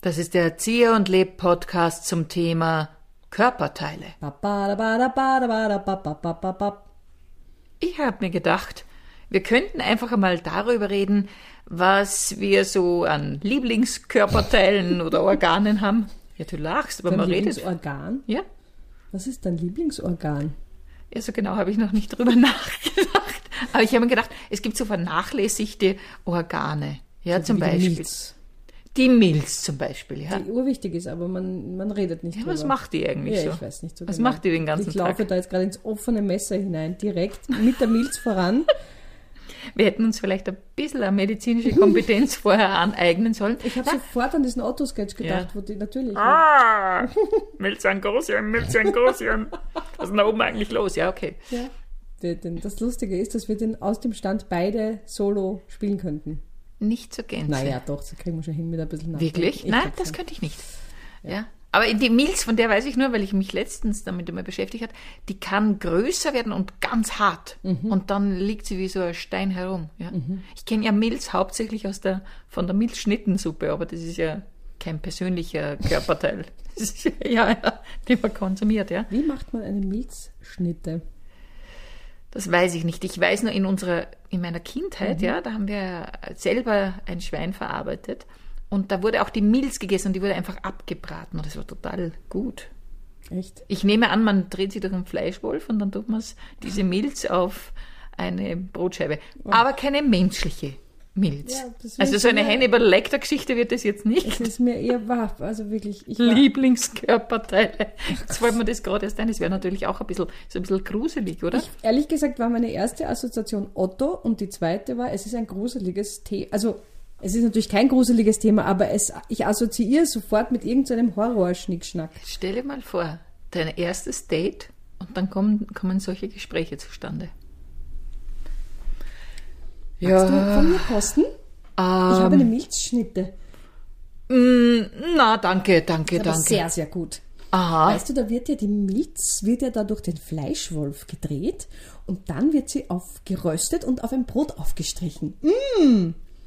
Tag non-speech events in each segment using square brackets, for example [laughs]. Das ist der Erzieher und Leb Podcast zum Thema Körperteile. Ich habe mir gedacht, wir könnten einfach einmal darüber reden, was wir so an [laughs] Lieblingskörperteilen oder Organen haben. Ja, du lachst, aber Dein man redet. Lieblingsorgan? Ja, Was ist dein Lieblingsorgan? ja, so genau habe ich noch nicht drüber [laughs] nachgedacht. Aber ich habe mir gedacht, es gibt so vernachlässigte Organe. Ja, zum Wie Beispiel. Milz. Die Milz zum Beispiel, ja. Die urwichtig ist, aber man, man redet nicht Ja, drüber. was macht die eigentlich ja, so? ich weiß nicht so was genau. macht die den ganzen Ich laufe Tag? da jetzt gerade ins offene Messer hinein, direkt mit der Milz [laughs] voran. Wir hätten uns vielleicht ein bisschen an medizinische [laughs] Kompetenz vorher aneignen sollen. Ich habe sofort an diesen Autosketch gedacht, wo die natürlich. Ah, [laughs] Milzern, Großhirn, Milzern, Großhirn. Was ist denn da oben eigentlich los? Ja, okay. Ja. Den- den- Das Lustige ist, dass wir den aus dem Stand beide solo spielen könnten. Nicht zur Gänze. Naja, doch, das kriegen wir schon hin mit ein bisschen Nachdenken. Wirklich? Ich Nein, glaub das schon. könnte ich nicht. Ja. Aber die Milz, von der weiß ich nur, weil ich mich letztens damit einmal beschäftigt habe, die kann größer werden und ganz hart. Mhm. Und dann liegt sie wie so ein Stein herum. Ja. Ich kenne ja Milz hauptsächlich aus der, von der Milzschnittensuppe, aber das ist ja kein persönlicher Körperteil. [laughs] Das ist ja, ja, ja, den man konsumiert, ja. Wie macht man eine Milzschnitte? Das weiß ich nicht. Ich weiß nur in unserer, in meiner Kindheit, ja, da haben wir selber ein Schwein verarbeitet und da wurde auch die Milz gegessen und die wurde einfach abgebraten und das war total gut. Echt? Ich nehme an, man dreht sie durch einen Fleischwolf und dann tut man diese Milz auf eine Brotscheibe. Aber keine menschliche Milz. Ja, das also will so eine ich- Hannibal Lecter Geschichte wird das jetzt Es nicht. [laughs] ist mir eher wahr, also wirklich. Ich war- Lieblingskörperteile. Jetzt fällt mir das gerade erst ein. Das wäre natürlich auch ein bisschen, so ein bisschen gruselig, oder? Ich, ehrlich gesagt war meine erste Assoziation Otto und die zweite war, es ist ein gruseliges Thema. Also, es ist natürlich kein gruseliges Thema, aber es, ich assoziiere sofort mit irgendeinem Horror-Schnickschnack. Stell dir mal vor, dein erstes Date und dann kommen, kommen solche Gespräche zustande. Kannst du von mir kosten? ich habe eine Milchschnitte. Na, danke, danke, Aber danke. Ah. sehr, sehr gut. Aha. Weißt du, da wird ja die Milz, wird ja da durch den Fleischwolf gedreht und dann wird sie auf geröstet und auf ein Brot aufgestrichen.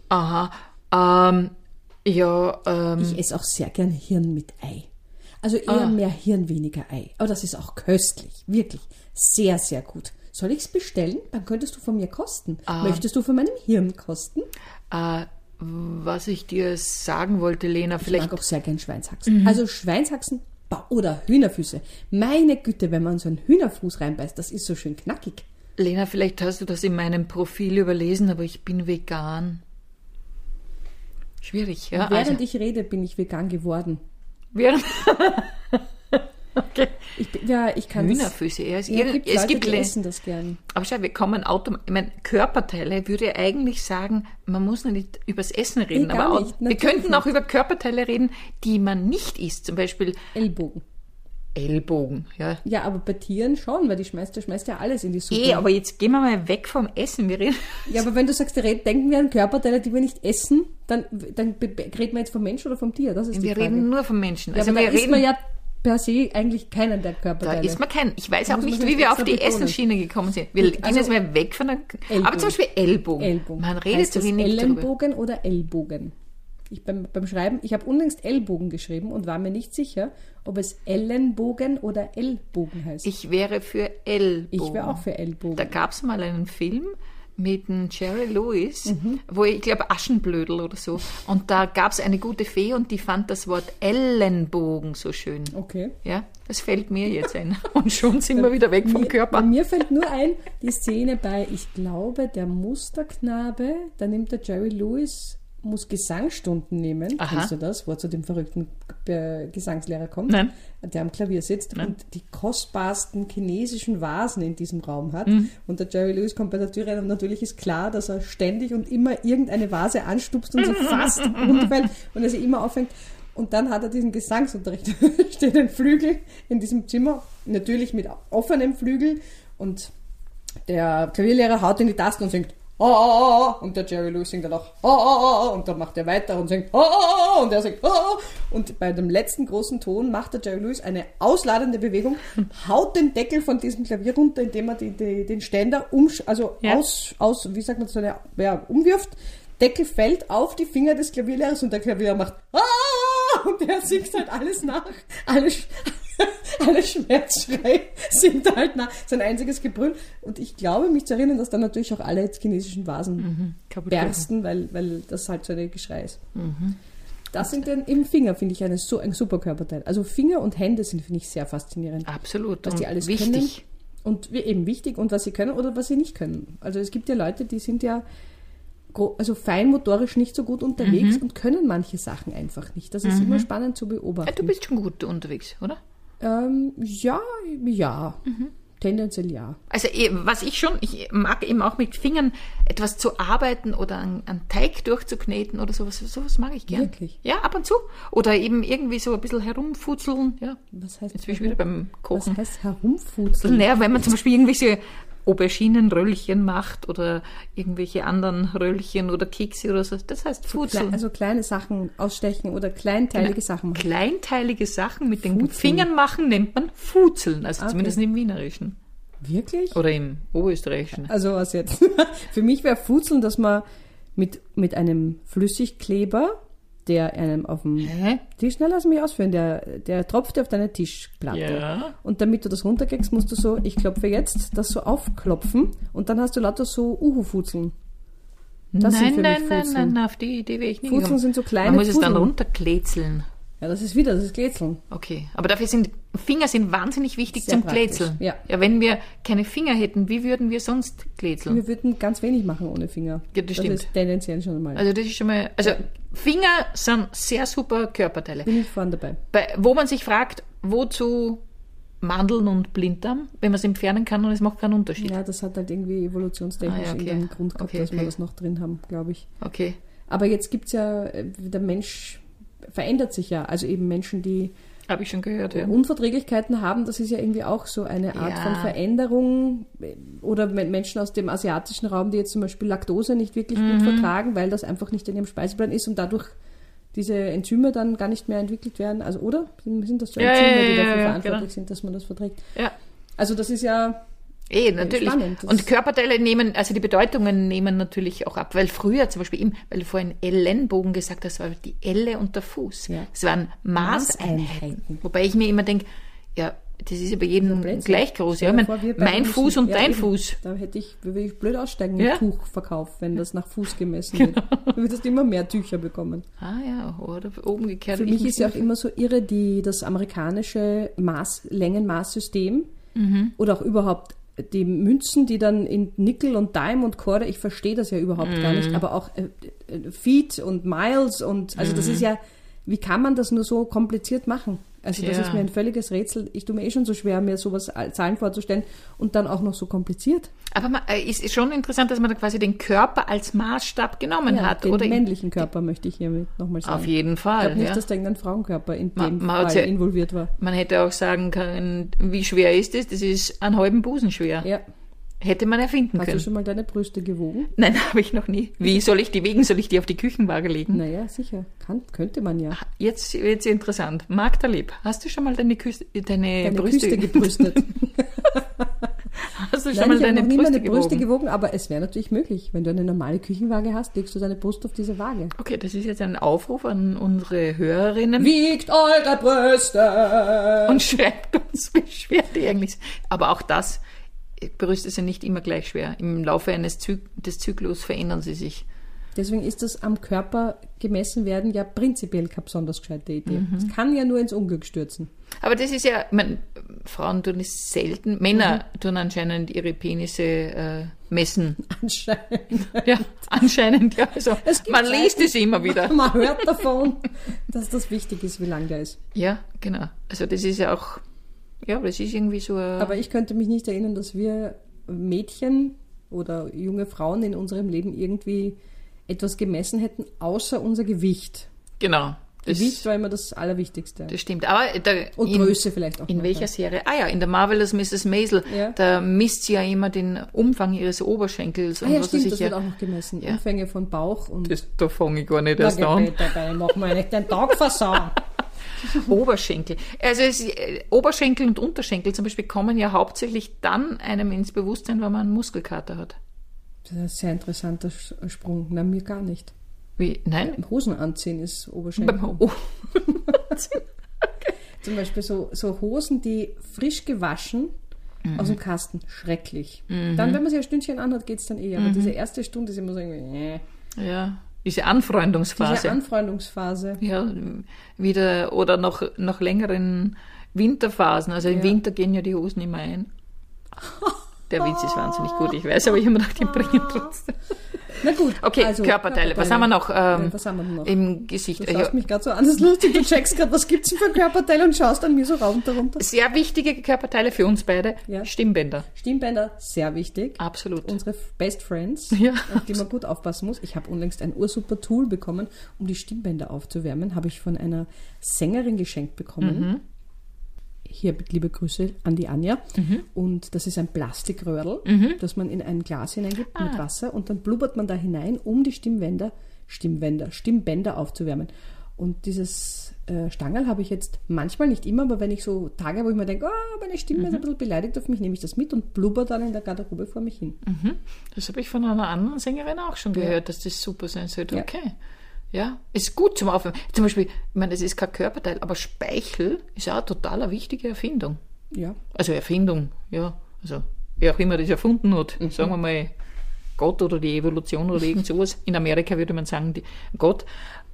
Aha. Ähm, ja, ähm, Ich esse auch sehr gern Hirn mit Ei. Also Ah. eher mehr Hirn, weniger Ei. Aber das ist auch köstlich. Wirklich. Sehr, sehr gut. Soll ich es bestellen? Dann könntest du von mir kosten. Ah. Möchtest du von meinem Hirn kosten? äh, was ich dir sagen wollte, Lena, Ich vielleicht. Mhm. mag auch sehr gern Schweinshaxen. Also Schweinshaxen ba- oder Hühnerfüße. Meine Güte, wenn man so einen Hühnerfuß reinbeißt, das ist so schön knackig. Lena, vielleicht hast du das in meinem Profil überlesen, aber ich bin vegan. Schwierig, ja. Während also, ich rede, bin ich vegan geworden. während okay. Ich, bin- ja, ich kann das- Hühnerfüße, ja, es, Ja, es gibt es Leute, gibt die Le- essen das gern. Aber schau, wir kommen automatisch. Ich meine, Körperteile würde ja eigentlich sagen, man muss noch nicht übers Essen reden. Nee, gar aber au- nicht, wir natürlich könnten auch über Körperteile reden, die man nicht isst. Zum Beispiel Ellbogen. Ellbogen. Ja. Ja, aber bei Tieren schon, weil die schmeißt, der schmeißt ja alles in die Suppe. Eh, aber jetzt gehen wir mal weg vom Essen. Wir reden. Ja, aber wenn du sagst, red- denken wir an Körperteile, die wir nicht essen, dann, dann be- be- reden wir jetzt vom Mensch oder vom Tier? Das ist die Wir Frage. reden nur vom Menschen. ja, Also aber wir da isst reden. man ja per se eigentlich keinen der da Körperteile. isst man kein. Ich weiß Da auch muss man nicht, vielleicht wie wir auf extra die betonen. Essensschiene gekommen sind. Wir gehen also- jetzt mal weg von der. Aber Ellbogen. zum Beispiel Ellbogen. Ellbogen. Man redet Heißt so das wenig drüber. Ellenbogen oder Ellbogen? Ich beim, beim Schreiben, ich habe unlängst Ellbogen geschrieben und war mir nicht sicher, ob es Ellenbogen oder Ellbogen heißt. Ich wäre für Ellbogen. Ich wäre auch für Da Ellbogen. gab es mal einen Film mit dem Jerry Lewis, Mhm. wo ich glaube Aschenblödel oder so. Und da gab es eine gute Fee und die fand das Wort Ellenbogen so schön. Okay. Ja, das fällt mir jetzt ein. [laughs] Und schon sind wir wieder weg vom Mir- Bei Körper. mir fällt nur ein, die Szene bei, ich glaube, der Musterknabe, da nimmt der Jerry Lewis, muss Gesangsstunden nehmen. Aha. Kennst du das, wo er zu dem verrückten äh, Gesangslehrer kommt? Nein. Der am Klavier sitzt und die kostbarsten chinesischen Vasen in diesem Raum hat. Mhm. Und der Jerry Lewis kommt bei der Tür rein und natürlich ist klar, dass er ständig und immer irgendeine Vase anstupst [laughs] und so fast runterfällt und dass er immer auffängt. Und dann hat er diesen Gesangsunterricht. [laughs] Steht ein Flügel in diesem Zimmer, natürlich mit offenem Flügel. Und der Klavierlehrer haut in die Tasten und singt oh, oh, oh, und der Jerry Lewis singt dann auch oh, oh, oh, und dann macht er weiter und singt oh, oh, oh, und er singt oh, oh. und bei dem letzten großen Ton macht der Jerry Lewis eine ausladende Bewegung, haut den Deckel von diesem Klavier runter, indem er die, die, den Ständer um, also Ja. aus, aus, wie sagt man so, eine, ja, umwirft. Deckel fällt auf die Finger des Klavierlehrers und der Klavierer macht "Ah!" und der singt halt alles nach. Alle, Sch- [laughs] alle Schmerzschreie sind halt nach. Sein einziges Gebrüll. Und ich glaube, mich zu erinnern, dass dann natürlich auch alle chinesischen Vasen Kaputt bersten, weil, weil das halt so ein Geschrei ist. Das sind dann eben Finger, finde ich, eine, so ein super Körperteil. Also Finger und Hände sind, finde ich, sehr faszinierend. Absolut. Was die Und alles wichtig. können. Und wir- eben wichtig und was sie können oder was sie nicht können. Also es gibt ja Leute, die sind ja gro- also feinmotorisch nicht so gut unterwegs Mhm. und können manche Sachen einfach nicht. Das ist immer spannend zu Ja, Mhm. Ah, du beobachten. bist schon gut unterwegs, oder? ähm, ja, ja. Mhm. Tendenziell ja. Also eh, was ich schon, ich mag eben auch mit Fingern etwas zu arbeiten oder an, an Teig durchzukneten oder sowas. Sowas mag ich gern. Wirklich? Ja, ab und zu. Oder eben irgendwie so ein bisschen herumfutzeln. Ja. Was heißt Jetzt bin ich wieder beim was Kochen. heißt herumfutzeln? Naja, wenn man zum Beispiel irgendwelche Auberginenröllchen macht oder irgendwelche anderen Röllchen oder Kekse oder so, das heißt Kle futzeln. also kleine Sachen ausstechen oder kleinteilige Sachen machen. Kleinteilige Sachen mit den Fingern machen nennt man futzeln, Ah, also zumindest im Wienerischen Wirklich? oder im Oberösterreichischen. Also was jetzt? [laughs] Für mich wäre Futzeln, dass man mit, mit einem Flüssigkleber, der einem auf dem Hä? Tisch, na lass mich ausführen, der, der tropft auf deine Tischplatte. Ja. Und damit du das runterkriegst, musst du so, ich klopfe jetzt, das so aufklopfen und dann hast du lauter so Uhu-Futzeln. Das sind nein, für nein, mich nein, Futzeln. nein, nein, auf die Idee wäre ich nicht Futzeln gekommen. sind so kleine Man muss es dann Fuseln. runterklätzeln. Ja, das ist wieder, das ist Glätzeln. Okay, aber dafür sind Finger sind wahnsinnig wichtig Sehr zum praktisch, Klätzeln. ja. ja, wenn wir keine Finger hätten, wie würden wir sonst klätzeln? Wir würden ganz wenig machen ohne Finger. Ja, das stimmt. ist tendenziell schon mal. Also das ist schon mal, also Finger sind sehr super Körperteile. Bin ich vorne dabei. Bei, wo man sich fragt, wozu Mandeln und Blinddarm, wenn man es entfernen kann und es macht keinen Unterschied. Ja, das hat halt irgendwie evolutionstechnisch Ah, ja, okay. irgendeinen Grund gehabt, Okay, dass wir okay. das noch drin haben, glaube ich. Okay. Aber jetzt gibt's ja, äh, der Mensch verändert sich ja. Also eben Menschen, die Habe ich schon gehört, Mhm. ja. Unverträglichkeiten haben, das ist ja irgendwie auch so eine Art Ja. von Veränderung. äh, Oder men- Menschen aus dem asiatischen Raum, die jetzt zum Beispiel Laktose nicht wirklich Mhm. gut vertragen, weil das einfach nicht in ihrem Speiseplan ist und dadurch diese Enzyme dann gar nicht mehr entwickelt werden. Also, oder? Sind sind das so Ja, Enzyme, ja, die ja, dafür ja, verantwortlich genau. sind, dass man das verträgt? ja. Also, das ist ja, Eh, natürlich. spannend, das und ist- Körperteile nehmen, also die Bedeutungen nehmen natürlich auch ab, weil früher zum Beispiel, im, weil du vorhin Ellenbogen gesagt hast, war die Elle und der Fuß. Ja. Das waren Maßeinheiten. Maßeinheiten. Wobei ich mir immer denke, ja, das ist ja bei jedem Blödsinn. gleich groß. Ja, Stell ich dir mein, vor, wir beide mein müssen- Fuß und ja, dein eben. Fuß. Da hätte ich, würde ich blöd aussteigen Ja. Genau. im Tuchverkauf, wenn das nach Fuß gemessen wird. Du würdest immer mehr Tücher bekommen. Ah ja, oder umgekehrt. Für Ich mich muss ist ja auch immer so irre, die, das amerikanische Maß, Längenmaßsystem Mhm. oder auch überhaupt die Münzen, die dann in Nickel und Dime und Quarter, ich verstehe das ja überhaupt gar Mhm. nicht, aber auch äh, äh, Feet und Miles und, also das Mhm. ist ja, wie kann man das nur so kompliziert machen? Also das Ja. ist mir ein völliges Rätsel. Ich tue mir eh schon so schwer, mir sowas als Zahlen vorzustellen und dann auch noch so kompliziert. Aber man, äh, ist ist schon interessant, dass man da quasi den Körper als Maßstab genommen hat, den oder? männlichen Körper möchte ich hiermit nochmal sagen. Auf jeden ich Fall. glaube nicht, ja. dass da irgendein Frauenkörper in Ma- dem man hat's Fall ja- involviert war. Man hätte auch sagen können, wie schwer ist es? Das ist einen halben Busen schwer. Ja. Hätte man erfinden Hast du können. schon mal deine Brüste gewogen? Nein, [laughs] habe ich noch nie. Wie soll ich die wegen? Soll ich die auf die Küchenwaage legen? Naja, sicher. Kann, könnte man ja. Jetzt wird's interessant. Magda Lieb, hast du schon mal deine, Küste, deine, Deine Brüste Brüste [laughs] gebrüstet. Hast du schon Nein, mal ich habe deine noch nie Brüste meine Brüste gewogen? gewogen, aber es wäre natürlich möglich. Wenn du eine normale Küchenwaage hast, legst du deine Brust auf diese Waage. Okay, das ist jetzt ein Aufruf an unsere Hörerinnen. Wiegt eure Brüste! Und [laughs] schreibt uns Beschwerde eigentlich. Aber auch das, Brüste sind nicht immer gleich schwer. Im Laufe eines Zy des Zyklus verändern sie sich. Deswegen ist das am Körper gemessen werden ja prinzipiell keine besonders gescheite Idee. Mhm. Es kann ja nur ins Unglück stürzen. [laughs] Aber das ist ja, ich meine, Frauen tun es selten. Männer Mhm. tun anscheinend ihre Penisse äh, [laughs] messen. Anscheinend. Ja, anscheinend, ja. Also, [laughs] Es gibt man liest Zeiten- es immer [laughs] wieder. Man hört davon, dass das wichtig ist, wie lang der ist. Ja, genau. Also das ist ja auch, ja, aber das ist irgendwie so ein, Aber ich könnte mich nicht erinnern, dass wir Mädchen oder junge Frauen in unserem Leben irgendwie etwas gemessen hätten, außer unser Gewicht. genau, das, Gewicht war immer das Allerwichtigste. das stimmt. Aber da, Und in, Größe vielleicht auch. in noch, welcher ja. Serie? Ah ja, in der Marvelous Mrs. Maisel, Ja. da misst sie ja immer den Umfang ihres Oberschenkels Ah und ja, was stimmt, weiß ich das wird ja. auch noch gemessen. Ja. Umfänge von Bauch und... Das, da fange ich gar nicht Na, erst an. geht [laughs] dabei, mach mal nicht den Tag versauen. [laughs] Oberschenkel. Also es, äh, Oberschenkel und Unterschenkel zum Beispiel kommen ja hauptsächlich dann einem ins Bewusstsein, wenn man einen Muskelkater hat. Das ist ein sehr interessanter Sch- Sprung. Na, mir gar nicht. Wie? Nein? Hosen anziehen [laughs] ist Oberschenkel. Beim oh. Zum Beispiel so, so Hosen, die frisch gewaschen Mhm. aus dem Kasten. Schrecklich. Dann, wenn man sie ein Stündchen anhat, geht es dann eh. Mhm. Aber diese erste Stunde ist immer so irgendwie, äh. Ja. Diese Diese Anfreundungsphase. Anfreundungsphase. ja, wieder oder noch, noch längeren Winterphasen. Also im Ja. Winter gehen ja die Hosen immer ein. Der Witz ist wahnsinnig gut, ich weiß, aber ich habe mir gedacht, den bringen trotzdem. Na gut. Okay, Körperteile. Was haben wir noch? Ähm, Also, Ja, was haben wir denn noch? Im Gesicht. Du Ja, schaust mich gerade so an, das ist lustig. Du checkst gerade, was gibt's denn für Körperteile und schaust an mir so rauf und darunter. sehr wichtige Körperteile für uns beide. Ja. Stimmbänder. Stimmbänder, sehr wichtig. Absolut. Unsere Best Friends, [laughs] Ja. auf die man gut aufpassen muss. Ich habe unlängst ein ursuper Tool bekommen, um die Stimmbänder aufzuwärmen. Habe ich von einer Sängerin geschenkt bekommen. Mhm. Hier liebe Grüße an die Anja. Mhm. Und das ist ein Plastikröhrl, das man in ein Glas hineingibt Ah. mit Wasser und dann blubbert man da hinein, um die Stimmbänder, Stimmbänder, Stimmbänder aufzuwärmen. Und dieses äh, Stangerl habe ich jetzt manchmal, nicht immer, aber wenn ich so Tage, habe, wo ich mir denke, oh, meine Stimme Mhm. ist ein bisschen beleidigt auf mich, nehme ich das mit und blubber dann in der Garderobe vor mich hin. Das habe ich von einer anderen Sängerin auch schon gehört, dass das super sein sollte. Ja. Okay. Ja, ist gut zum Aufwärmen. Zum Beispiel, ich meine, das ist kein Körperteil, aber Speichel ist auch eine total eine wichtige Erfindung. Ja, Also Erfindung, ja. Also, wer auch immer das erfunden hat, Mhm. sagen wir mal Gott oder die Evolution oder irgend sowas. In Amerika würde man sagen, die, Gott.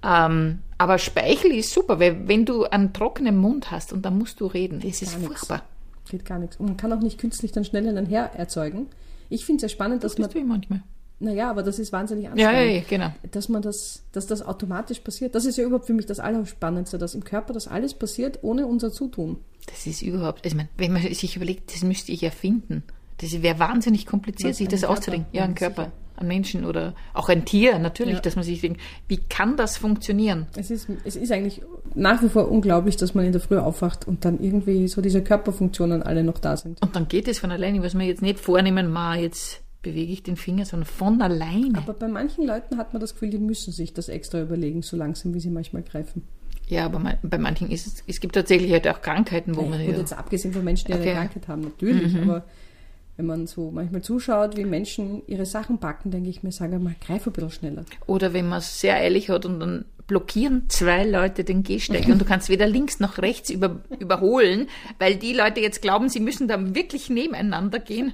Ähm, aber Speichel ist super, weil wenn du einen trockenen Mund hast und dann musst du reden, es ist nix. furchtbar. geht gar nichts. Und man kann auch nicht künstlich dann schnell einen Herd erzeugen. Ich finde es ja spannend, dass man, Das tue ich manchmal. naja, aber das ist wahnsinnig anstrengend. Ja, ja, ja, genau. dass man das, dass das automatisch passiert. Das ist ja überhaupt für mich das Allerspannendste, dass im Körper das alles passiert ohne unser Zutun. Das ist überhaupt, also ich meine, wenn man sich überlegt, das müsste ich erfinden. Das wäre wahnsinnig kompliziert, Was, sich einen das Körper? auszudenken. Ja, Ja, ein Körper, ein Menschen oder auch ein Tier, natürlich, Ja. dass man sich denkt, wie kann das funktionieren? Es ist, es ist eigentlich nach wie vor unglaublich, dass man in der Früh aufwacht und dann irgendwie so diese Körperfunktionen alle noch da sind. Und dann geht es von alleine, was man jetzt nicht vornehmen, ma, jetzt bewege ich den Finger, sondern von alleine. Aber bei manchen Leuten hat man das Gefühl, die müssen sich das extra überlegen, so langsam wie sie manchmal greifen. ja, aber man, bei manchen ist es, es gibt tatsächlich halt auch Krankheiten, wo Naja, man, gut, ja, jetzt abgesehen von Menschen, die eine Okay. Mhm. Krankheit haben, natürlich, aber wenn man so manchmal zuschaut, wie Menschen ihre Sachen backen, denke ich mir, sage mal, greif ein bisschen schneller. oder wenn man es sehr eilig hat und dann blockieren zwei Leute den Gehsteig und du kannst weder links noch rechts über, überholen, weil die Leute jetzt glauben, sie müssen dann wirklich nebeneinander gehen.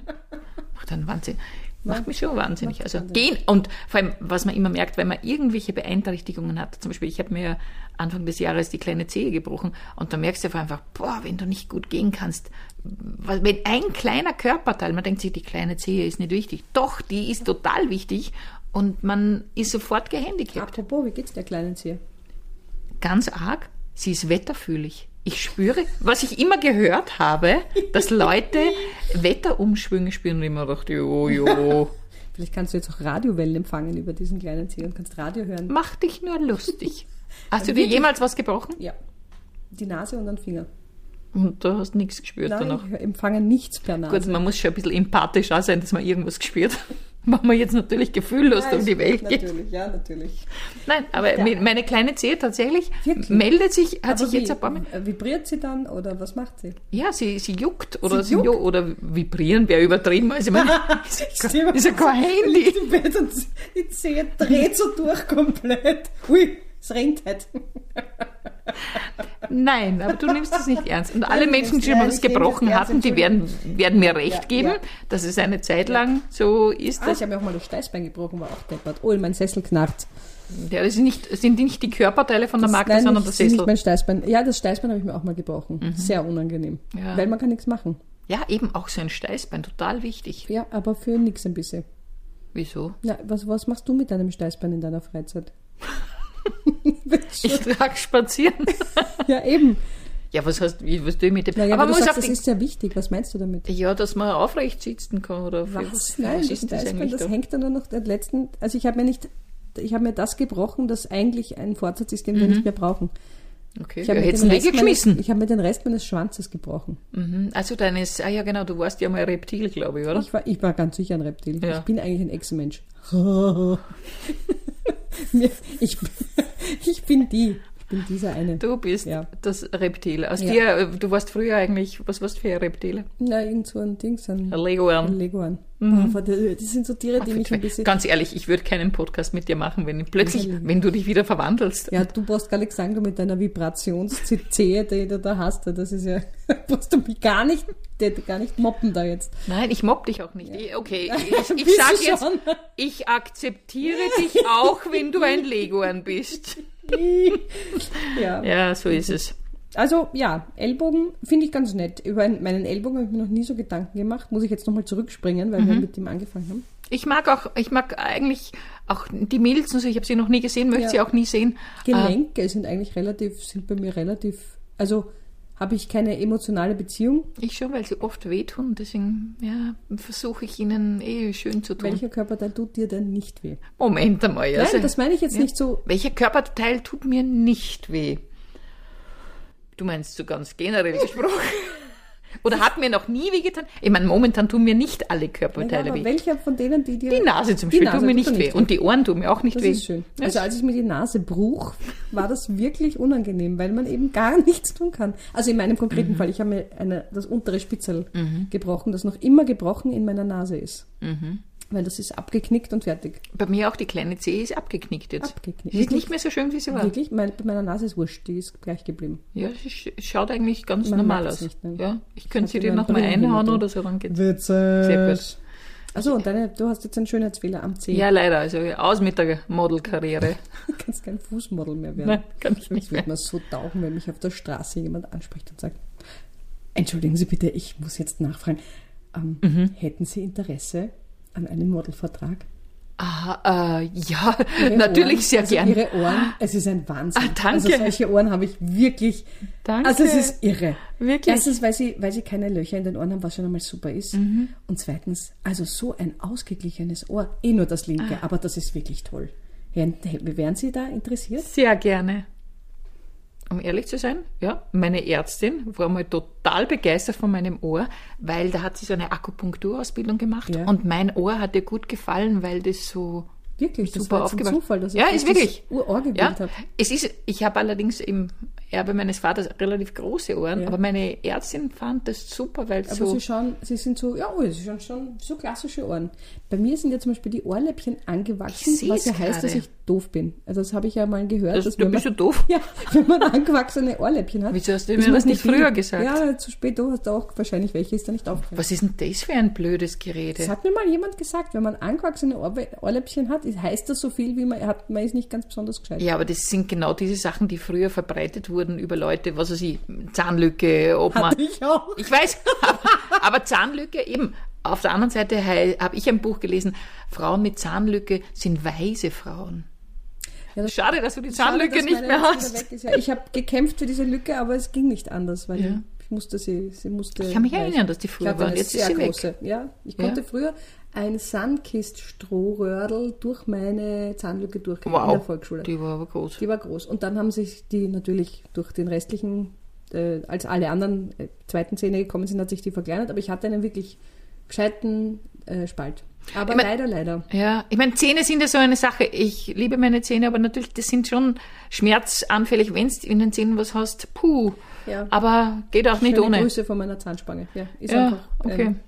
Macht einen Wahnsinn. Macht mich schon wahnsinnig. macht's Also gehen und vor allem, was man immer merkt, wenn man irgendwelche Beeinträchtigungen hat. Zum Beispiel, ich habe mir Anfang des Jahres die kleine Zehe gebrochen und da merkst du einfach, einfach, boah, wenn du nicht gut gehen kannst, was- wenn ein kleiner Körperteil, man denkt sich, die kleine Zehe ist nicht wichtig. Doch, die ist total wichtig und man ist sofort gehandicapt. Apropos, wie geht's der kleinen Zehe? Ganz arg, sie ist wetterfühlig. Ich spüre, was ich immer gehört habe, dass Leute Wetterumschwünge spüren und immer dachte, jo, jo. Vielleicht kannst du jetzt auch Radiowellen empfangen über diesen kleinen Zeh und kannst Radio hören. Mach dich nur lustig. Hast du dir jemals was gebrochen? Ja. Die Nase und den Finger. Und du hast nichts gespürt Nein, danach. ich empfange nichts per Nase. Gut, man muss schon ein bisschen empathisch auch sein, dass man irgendwas gespürt hat. [laughs] Wenn man jetzt natürlich gefühllos Ja, um die Welt geht. Natürlich, ja, natürlich. Nein, aber me- meine kleine Zehe tatsächlich Wirklich? meldet sich, hat sich wie, äh, jetzt ein paar Mal. Vibriert sie dann oder was macht sie? Ja, sie, sie juckt oder, Sie sie juckt? Jo, oder vibrieren wäre übertrieben. Also [laughs] [laughs] ich meine, ist ja kein Handy. liegt im Bett und die Zehe dreht so durch komplett. Ui, es rennt halt. Nein, aber du nimmst das nicht ernst. Und alle ich Menschen, nehm's- die schon mal ja, was ich nehm das gebrochen ernst, hatten, die werden, werden mir recht Ja, geben, ja. dass es eine Zeit lang so ist. Ah, ich Dass, habe mir auch mal das Steißbein gebrochen, war auch deppert. Oh, mein Sessel knarrt. ja, das sind nicht, sind nicht die Körperteile von der Magda, Nein, sondern der Ah. das ist nicht Sessel. Mhm. mein Steißbein. Ja, das Steißbein habe ich mir auch mal gebrochen. Sehr unangenehm. Ja. Weil man kann nichts machen. Ja, eben auch so ein Steißbein, total wichtig. Ja, aber für nichts ein bisschen. Wieso? Na, was, was machst du mit deinem Steißbein in deiner Freizeit? Ich trage spazieren. ja, eben. Ja, was heißt, wie- was tue ich mit dem? Naja, aber aber man du muss sagst, auf das die, ist sehr wichtig. Was meinst du damit? Ja, dass man aufrecht sitzen kann oder für Nein, was das ist das Steißbein, eigentlich das da? hängt dann nur noch den letzten. Also ich habe mir nicht. Ich habe mir das gebrochen, das eigentlich ein Fortsatz ist, den wir nicht mehr brauchen. Okay, Ich Mhm. ja, habe mir hättest den du Rest meines- weggeschmissen. ich habe mir den Rest meines Schwanzes gebrochen. Mhm. Also deines, ah ja genau, du warst ja mal Reptil, glaube ich, oder? Ich war, ich war ganz sicher ein Reptil. Ja. Ich bin eigentlich ein [laughs] Ex-Mensch. Mir- ich, ich bin die. Ich bin dieser eine. Du bist Ja. das Reptil. Aus Ja. dir, äh, du warst früher eigentlich, was warst du für ein Reptil? Na, irgend so ein Ding, so ein Ein Leguan. Ah, Leguan. Mhm. Ah, Boah, die die sind so Tiere, die mich ein bisschen... Ganz ehrlich, ich würde keinen Podcast mit dir machen, wenn plötzlich, wenn du dich wieder verwandelst. Ja, du brauchst gar nichts sagen, du mit deiner Vibrationszehe, die du da hast, das ist ja... [laughs] brauchst du mich gar nicht, gar nicht moppen da jetzt. Nein, ich mobb dich auch nicht. Ich- Okay, [laughs] ich, Ein ich sag bisschen jetzt, schon. [laughs] ich akzeptiere dich auch, wenn du ein Leguan bist. Ja. Ja, so ist es. Also ja, Ellbogen finde ich ganz nett. Über meinen Ellbogen habe ich mir noch nie so Gedanken gemacht. Muss ich jetzt nochmal zurückspringen, weil wir mit dem angefangen haben. Ich mag auch, ich mag eigentlich auch die Mädels und so, ich habe sie noch nie gesehen, möchte Ja. Genau. sie auch nie sehen. Äh, Gelenke sind eigentlich relativ, sind bei mir relativ, also habe ich keine emotionale Beziehung. ich schon, weil sie oft wehtun, deswegen ja, versuche ich ihnen eh schön zu tun. Welcher Körperteil tut dir denn nicht weh? Moment einmal. also- Nein, das meine ich jetzt nicht so. Welcher Körperteil tut mir nicht weh? Du meinst so ganz generell [laughs] gesprochen. Oder hat mir noch nie weh getan? Ich meine, momentan tun mir nicht alle Ja, Körperteile aber weh. welcher von denen, die dir... Die Nase zum Die Beispiel Nase tut mir nicht tut weh. dir nicht weh. Und die Ohren tun mir auch nicht Das weh. ist schön. Ja. Also als ich mir die Nase bruch, war das wirklich unangenehm, weil man eben gar [laughs] nichts tun kann. Also in meinem Mhm. konkreten Fall, ich habe mir eine, das untere Spitzel gebrochen, das noch immer gebrochen in meiner Nase ist. Mhm. Weil das ist abgeknickt und fertig. Bei mir auch die kleine Zehe ist abgeknickt jetzt. Abgeknickt. Sie ist nicht mehr so schön, wie sie war. Wirklich, mein, bei meiner Nase ist wurscht, die ist gleich geblieben. Ja, sie sch- schaut eigentlich ganz Man normal merkt's aus. nicht, ne? ja, ich könnte sie dir immer nochmal Brillen einhauen drin. oder so, dann geht's. Witzig. Sehr Sehr gut. Achso, und deine, du hast jetzt einen Schönheitsfehler am Zeh. Ja, leider. Also aus mit der Modelkarriere. [laughs] Du kannst kein Fußmodel mehr werden. Nein, kann ich nicht Ich mehr. würde mir so tauchen, wenn mich auf der Straße jemand anspricht und sagt, entschuldigen Sie bitte, ich muss jetzt nachfragen, ähm, Mhm. hätten Sie Interesse an einem Modelvertrag? Ah, äh, ja, [laughs] Ihre natürlich Ohren, sehr also gern. Ihre Ohren, es ist ein Wahnsinn. Ah, danke. Also solche Ohren habe ich wirklich, Danke. also es ist irre. Wirklich? Erstens, weil sie, weil sie keine Löcher in den Ohren haben, was schon einmal super ist. Mhm. Und zweitens, also so ein ausgeglichenes Ohr, eh nur das linke, Ah. aber das ist wirklich toll. Wären, wären Sie da interessiert? Sehr gerne. Um ehrlich zu sein, ja, meine Ärztin war mal total begeistert von meinem Ohr, weil da hat sie so eine Akupunkturausbildung gemacht Ja. und mein Ohr hat ihr gut gefallen, weil das so Wirklich, das super war jetzt ein aufgebaut. Zufall, dass ich ja, das ist wirklich. Urohr gewählt ja. habe. Es ist, ich habe allerdings im Erbe meines Vaters relativ große Ohren, Ja. aber meine Ärztin fand das super, weil Aber so sie schauen, sie sind so, ja, oh, sie schauen schon so klassische Ohren. Bei mir sind ja zum Beispiel die Ohrläppchen angewachsen, Ich seh's was ja heißt, dass gerade. ich doof bin. Also das habe ich ja mal gehört. Das- dass du wenn bist man, so doof. [laughs] Ja, wenn man angewachsene Ohrläppchen hat. Wieso hast du ist mir man das nicht billig. früher gesagt? Ja, zu spät, du hast auch wahrscheinlich welche, ist da nicht aufgefallen. was ist denn das für ein blödes Das Gerede? hat mir mal jemand gesagt, wenn man angewachsene Ohr, Ohrläppchen hat, heißt das so viel, wie man hat, man ist nicht ganz besonders gescheit. Ja, aber das sind genau diese Sachen, die früher verbreitet wurden über Leute, was weiß ich, Zahnlücke, ob man. Ich auch. Ich weiß, aber Zahnlücke eben. Auf der anderen Seite habe ich ein Buch gelesen, Frauen mit Zahnlücke sind weise Frauen. Ja, das- Schade, dass du die Schade, Zahnlücke dass nicht meine mehr jetzt hast. wieder weg ist. Ja, ich habe gekämpft für diese Lücke, aber es ging nicht anders, weil Ja. ich musste sie, sie musste. Ich kann mich erinnern, dass die früher hatte waren. eine Jetzt ist sehr sie weg. große. Ja, ich konnte früher ein Sandkist-Strohröhrl durch meine Zahnlücke durchgehen in der Volksschule. Die, die war aber groß. war groß. Und dann haben sich die natürlich durch den restlichen, äh, als alle anderen äh, zweiten Zähne gekommen sind, hat sich die verkleinert, aber ich hatte einen wirklich gescheiten äh, Spalt. Aber Ich mein- leider, leider. Ja, ich meine, Zähne sind ja so eine Sache. Ich liebe meine Zähne, aber natürlich, das sind schon schmerzanfällig, wenn du in den Zähnen was hast. Puh. Ja. Aber geht auch nicht Schöne ohne. Grüße von meiner Zahnspange. Ja, ist Ja, einfach. okay. ähm,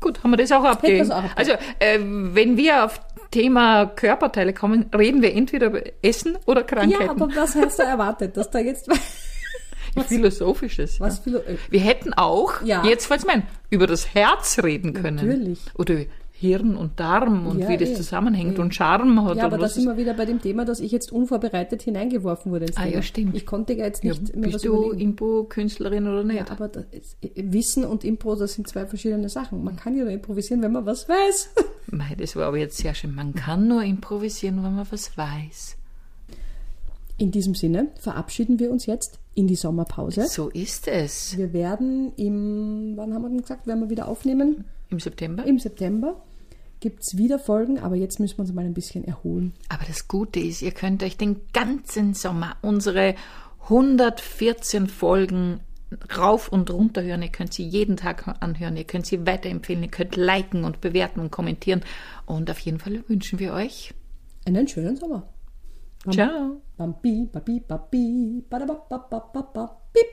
Gut, haben wir das auch Hätten abgegeben. wir's auch abgegeben. Also, äh, wenn wir auf Thema Körperteile kommen, reden wir entweder über Essen oder Krankheiten. Ja, aber was hast du erwartet, dass da [laughs] jetzt was, Philosophisches. was Philo äh, Wir hätten auch, Ja. jetzt falls mein, über das Herz reden können. Natürlich. Oder Hirn und Darm und Ja, wie das eh. zusammenhängt und Charme hat Ja, aber und da was. sind wir wieder bei dem Thema, dass ich jetzt unvorbereitet hineingeworfen wurde. Ins Ah, Thema. ja, stimmt. Ich konnte ja jetzt ja, nicht mir was bist du überlegen. Impo-Künstlerin oder nicht? Aber das, ist- äh, Wissen und Impro, das sind zwei verschiedene Sachen. Man kann ja nur improvisieren, wenn man was weiß. [laughs] Mei, das war aber jetzt sehr schön. Man kann nur improvisieren, wenn man was weiß. In diesem Sinne verabschieden wir uns jetzt in die Sommerpause. So ist es. Wir werden im, wann haben wir denn gesagt, werden wir wieder aufnehmen? Im September. Im September gibt es wieder Folgen, aber jetzt müssen wir uns mal ein bisschen erholen. Aber das Gute ist, ihr könnt euch den ganzen Sommer unsere 114 Folgen rauf und runter hören. Ihr könnt sie jeden Tag anhören, ihr könnt sie weiterempfehlen, ihr könnt liken und bewerten und kommentieren. Und auf jeden Fall wünschen wir euch. Einen schönen Sommer. Ciao. Bambi, babi, babi, badabababababa, bip,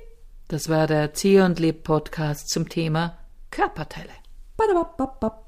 Das war der Zieh und Leb Podcast zum Thema Körperteile. badabababab.